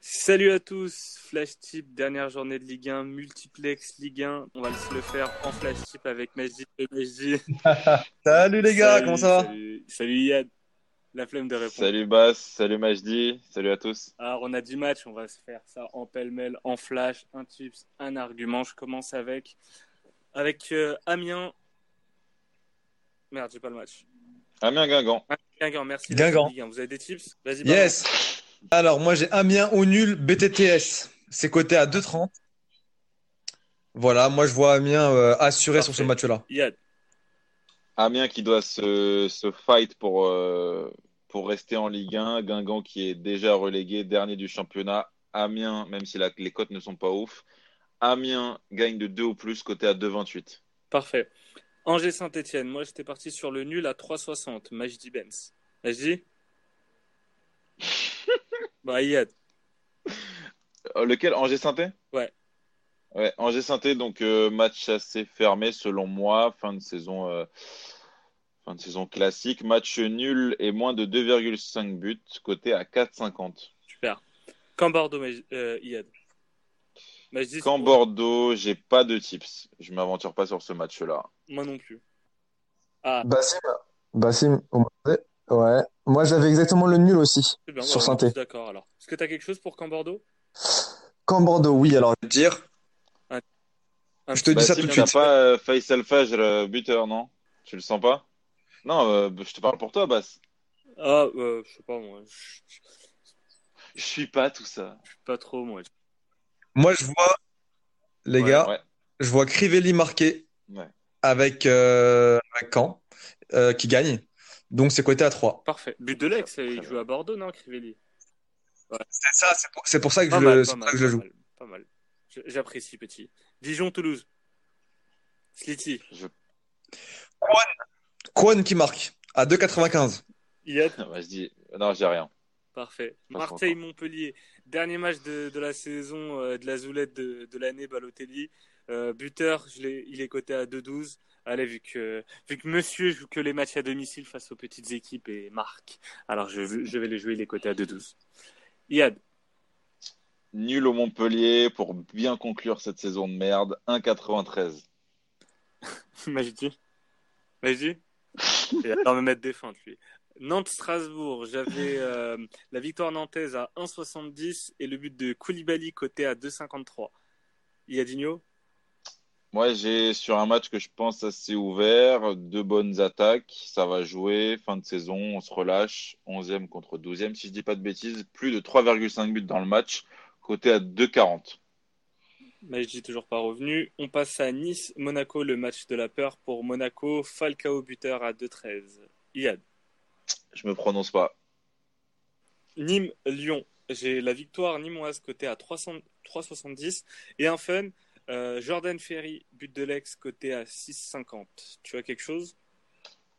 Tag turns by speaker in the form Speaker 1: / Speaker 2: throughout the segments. Speaker 1: Salut à tous, Flash Tip, dernière journée de Ligue 1, multiplex Ligue 1. On va se le faire en Flash Tip avec Majdi et Majdi.
Speaker 2: Salut les gars,
Speaker 1: Salut,
Speaker 2: comment ça va
Speaker 1: salut, salut Yann, la flemme de répondre.
Speaker 3: Salut Bass, salut Majdi, salut à tous.
Speaker 1: Alors on a 10 matchs, on va se faire ça en pêle-mêle, en flash, un tips, un argument. Je commence avec, avec euh, Amiens. Merde, j'ai pas le match.
Speaker 3: Amiens Guingamp.
Speaker 1: Guingamp, merci.
Speaker 2: Guingamp.
Speaker 1: Ligue 1. Vous avez des tips Vas-y, Bernard.
Speaker 2: Yes Alors moi j'ai Amiens au nul BTTS, c'est coté à 2,30. Voilà, moi je vois Amiens euh, assuré sur ce
Speaker 1: Parfait.
Speaker 2: match-là.
Speaker 1: Yann,
Speaker 3: Amiens qui doit se, se fight pour, euh, pour rester en Ligue 1. Guingamp qui est déjà relégué, dernier du championnat. Amiens, même si la- les cotes ne sont pas ouf. Amiens gagne de 2 ou plus, côté à 2,28.
Speaker 1: parfait. Angers Saint-Etienne, moi j'étais parti sur le nul à 3,60. Majdi Benz. Majdi Bah, Yann.
Speaker 3: Euh, lequel Angers Sainté
Speaker 1: Ouais.
Speaker 3: Ouais, Angers Sainté, donc euh, match assez fermé selon moi. Fin de saison, euh, fin de saison classique. Match nul et moins de 2,5 buts, côté à 4,50.
Speaker 1: Super. Quand Bordeaux, Maj- euh, Iyad Majdi,
Speaker 3: Quand Bordeaux, j'ai pas de tips. Je m'aventure pas sur ce match-là.
Speaker 1: Moi non plus. Ah,
Speaker 4: Bassim, Bassim, au moins- ouais. Moi, j'avais exactement le nul aussi
Speaker 1: c'est bien.
Speaker 4: sur
Speaker 1: bah, on est
Speaker 4: Sainté.
Speaker 1: tous D'accord, alors. Est-ce que tu as quelque chose pour Camp Bordeaux
Speaker 4: Camp Bordeaux, oui, alors je vais te dire.
Speaker 1: Un
Speaker 4: Je te
Speaker 1: petit-
Speaker 4: dis ça
Speaker 3: Bassim,
Speaker 4: tout de
Speaker 3: t'as
Speaker 4: suite.
Speaker 3: pas euh, Faisal Fajr, euh, buteur, non? Tu le sens pas? Non, euh, je te parle pour toi, Bass.
Speaker 1: Ah, euh, je sais pas, moi. Je je-
Speaker 3: Je suis pas tout ça.
Speaker 1: je suis pas trop, moi.
Speaker 2: Moi je vois, les
Speaker 3: Ouais,
Speaker 2: gars,
Speaker 3: ouais.
Speaker 2: je vois Crivelli marqué
Speaker 3: Ouais.
Speaker 2: avec, euh, avec Caen euh, qui gagne. Donc c'est coté à 3.
Speaker 1: Parfait. But de l'ex,
Speaker 3: Très
Speaker 1: il
Speaker 3: bien.
Speaker 1: joue à Bordeaux, non, Crivelli
Speaker 2: C'est ça, c'est pour, c'est pour ça que
Speaker 1: Pas
Speaker 2: je,
Speaker 1: mal,
Speaker 2: c'est
Speaker 1: pas
Speaker 2: pour
Speaker 1: mal,
Speaker 2: ça que je
Speaker 1: pas
Speaker 2: le joue.
Speaker 1: mal. Pas mal. Je- J'apprécie, petit. Dijon-Toulouse. Slity.
Speaker 2: Kwon qui marque à 2,95.
Speaker 1: Iyad
Speaker 3: Bah, je dis, non, j'ai rien.
Speaker 1: Parfait.
Speaker 3: Pas
Speaker 1: Marseille-Montpellier. Dernier match de, de la saison, euh, de la zoulette de, de l'année, Balotelli. Euh, buteur, je l'ai- il est coté à 2-12. Allez, vu que, vu que monsieur joue que les matchs à domicile face aux petites équipes et marque, alors je, je vais le jouer, il est coté à 2-12. Yad,
Speaker 3: Nul au Montpellier pour bien conclure cette saison de merde. 1,93.
Speaker 1: Majdi Majdi Il va me mettre des feintes, lui. Nantes-Strasbourg, j'avais euh, la victoire nantaise à 1,70 et le but de Koulibaly coté à 2,53. Yadinho
Speaker 3: Moi, j'ai sur un match que je pense assez ouvert, deux bonnes attaques, ça va jouer, fin de saison, on se relâche, 11e contre 12e, si je dis pas de bêtises, plus de 3,5 buts dans le match, côté à 2,40.
Speaker 1: Majdi toujours pas revenu. On passe à Nice, Monaco, le match de la peur pour Monaco. Falcao buteur à 2-13. Iyad.
Speaker 3: Je me prononce pas.
Speaker 1: Nîmes, Lyon. J'ai la victoire nîmoise côté à 300 3,70. Et un fun, euh, Jordan Ferry, but de l'ex côté à 6,50. Tu as quelque chose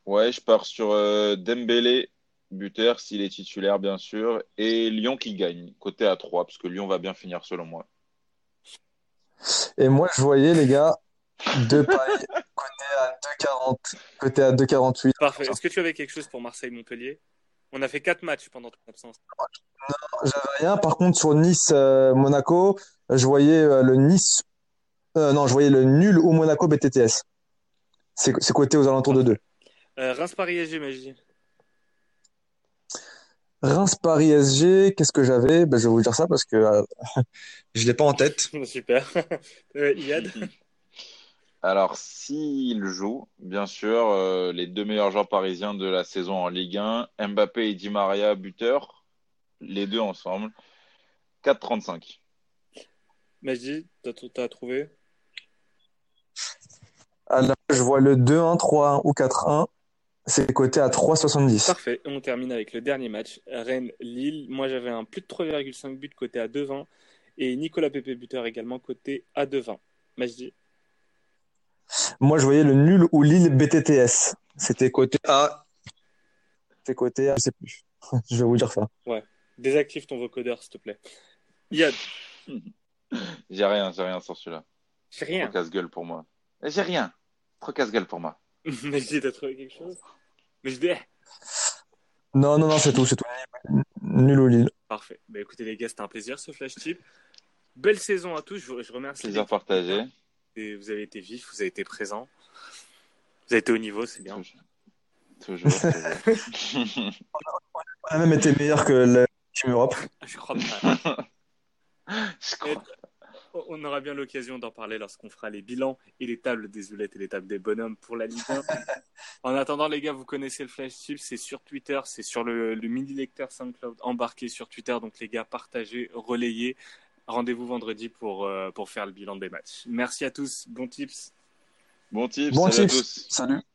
Speaker 3: Ouais, je pars sur euh, Dembélé, buteur, s'il est titulaire, bien sûr, et Lyon qui gagne, côté à 3, parce que Lyon va bien finir selon moi.
Speaker 4: Et moi, je voyais, les gars, deux pailles, côté à 2,40, côté à 2,48.
Speaker 1: Parfait. Est-ce que tu avais quelque chose pour Marseille-Montpellier On a fait quatre matchs pendant ton absence.
Speaker 4: J'avais rien. Par contre, sur Nice-Monaco, je voyais euh, le Nice. euh, non, je voyais le nul au Monaco BTTS. C'est c'est coté aux alentours de 2.
Speaker 1: Euh, Reims-Paris-SG, Majdi.
Speaker 4: Reims-Paris-SG, qu'est-ce que j'avais? Ben, je vais vous dire ça parce que euh,
Speaker 2: Je l'ai pas en tête.
Speaker 1: Super. Euh, Iyad.
Speaker 3: Alors, s'il joue, bien sûr, euh, les deux meilleurs joueurs parisiens de la saison en Ligue 1, Mbappé et Di Maria, buteurs, les deux ensemble, 4,35.
Speaker 1: Majdi, t'as t'as trouvé
Speaker 4: à la- Ah, je vois le 2-1, 3-1 ou 4-1. C'est coté à 3,70.
Speaker 1: Parfait, on termine avec le dernier match. Rennes-Lille, moi j'avais un plus de 3,5 buts côté à 2,20 et Nicolas Pepe buteur également côté à 2,20. Majdi,
Speaker 4: Moi, je voyais le nul ou Lille BTTS. C'était coté,
Speaker 2: Ah,
Speaker 4: c'était coté, à- je sais plus. Je vais vous dire ça.
Speaker 1: désactive ton vocodeur s'il te plaît. Yad,
Speaker 3: J'ai rien, j'ai rien sur celui-là.
Speaker 1: j'ai
Speaker 3: Trop
Speaker 1: rien.
Speaker 3: casse-gueule pour moi. Eh, J'ai rien. Trop casse-gueule pour moi.
Speaker 1: eh, Majdi, t'as trouvé quelque chose Majdi,
Speaker 4: Non, non, non, c'est tout, c'est tout. Nul ou Lille.
Speaker 1: Parfait. Bah, écoutez, les gars, c'était un plaisir ce flash tip. Belle saison à tous. Je, je remercie.
Speaker 3: Plaisir partagé.
Speaker 1: Et vous avez été vifs, vous avez été présents. Vous avez été au niveau, c'est bien.
Speaker 3: Toujours. Toujours. toujours.
Speaker 4: On a même été meilleur que la Team Europe.
Speaker 1: Je crois pas.
Speaker 3: Je
Speaker 1: Et-
Speaker 3: crois.
Speaker 1: on aura bien l'occasion d'en parler lorsqu'on fera les bilans et les tables des oulettes et les tables des bonhommes pour la Ligue 1. en attendant, les gars, vous connaissez le flash tip, c'est sur Twitter, c'est sur le, le mini lecteur SoundCloud embarqué sur Twitter. Donc, les gars, partagez, relayez. Rendez-vous vendredi pour, euh, pour faire le bilan des matchs. Merci à tous. Bon tips.
Speaker 3: Bon tips,
Speaker 4: Bon
Speaker 3: salut à
Speaker 4: tips.
Speaker 3: tous.
Speaker 4: Salut.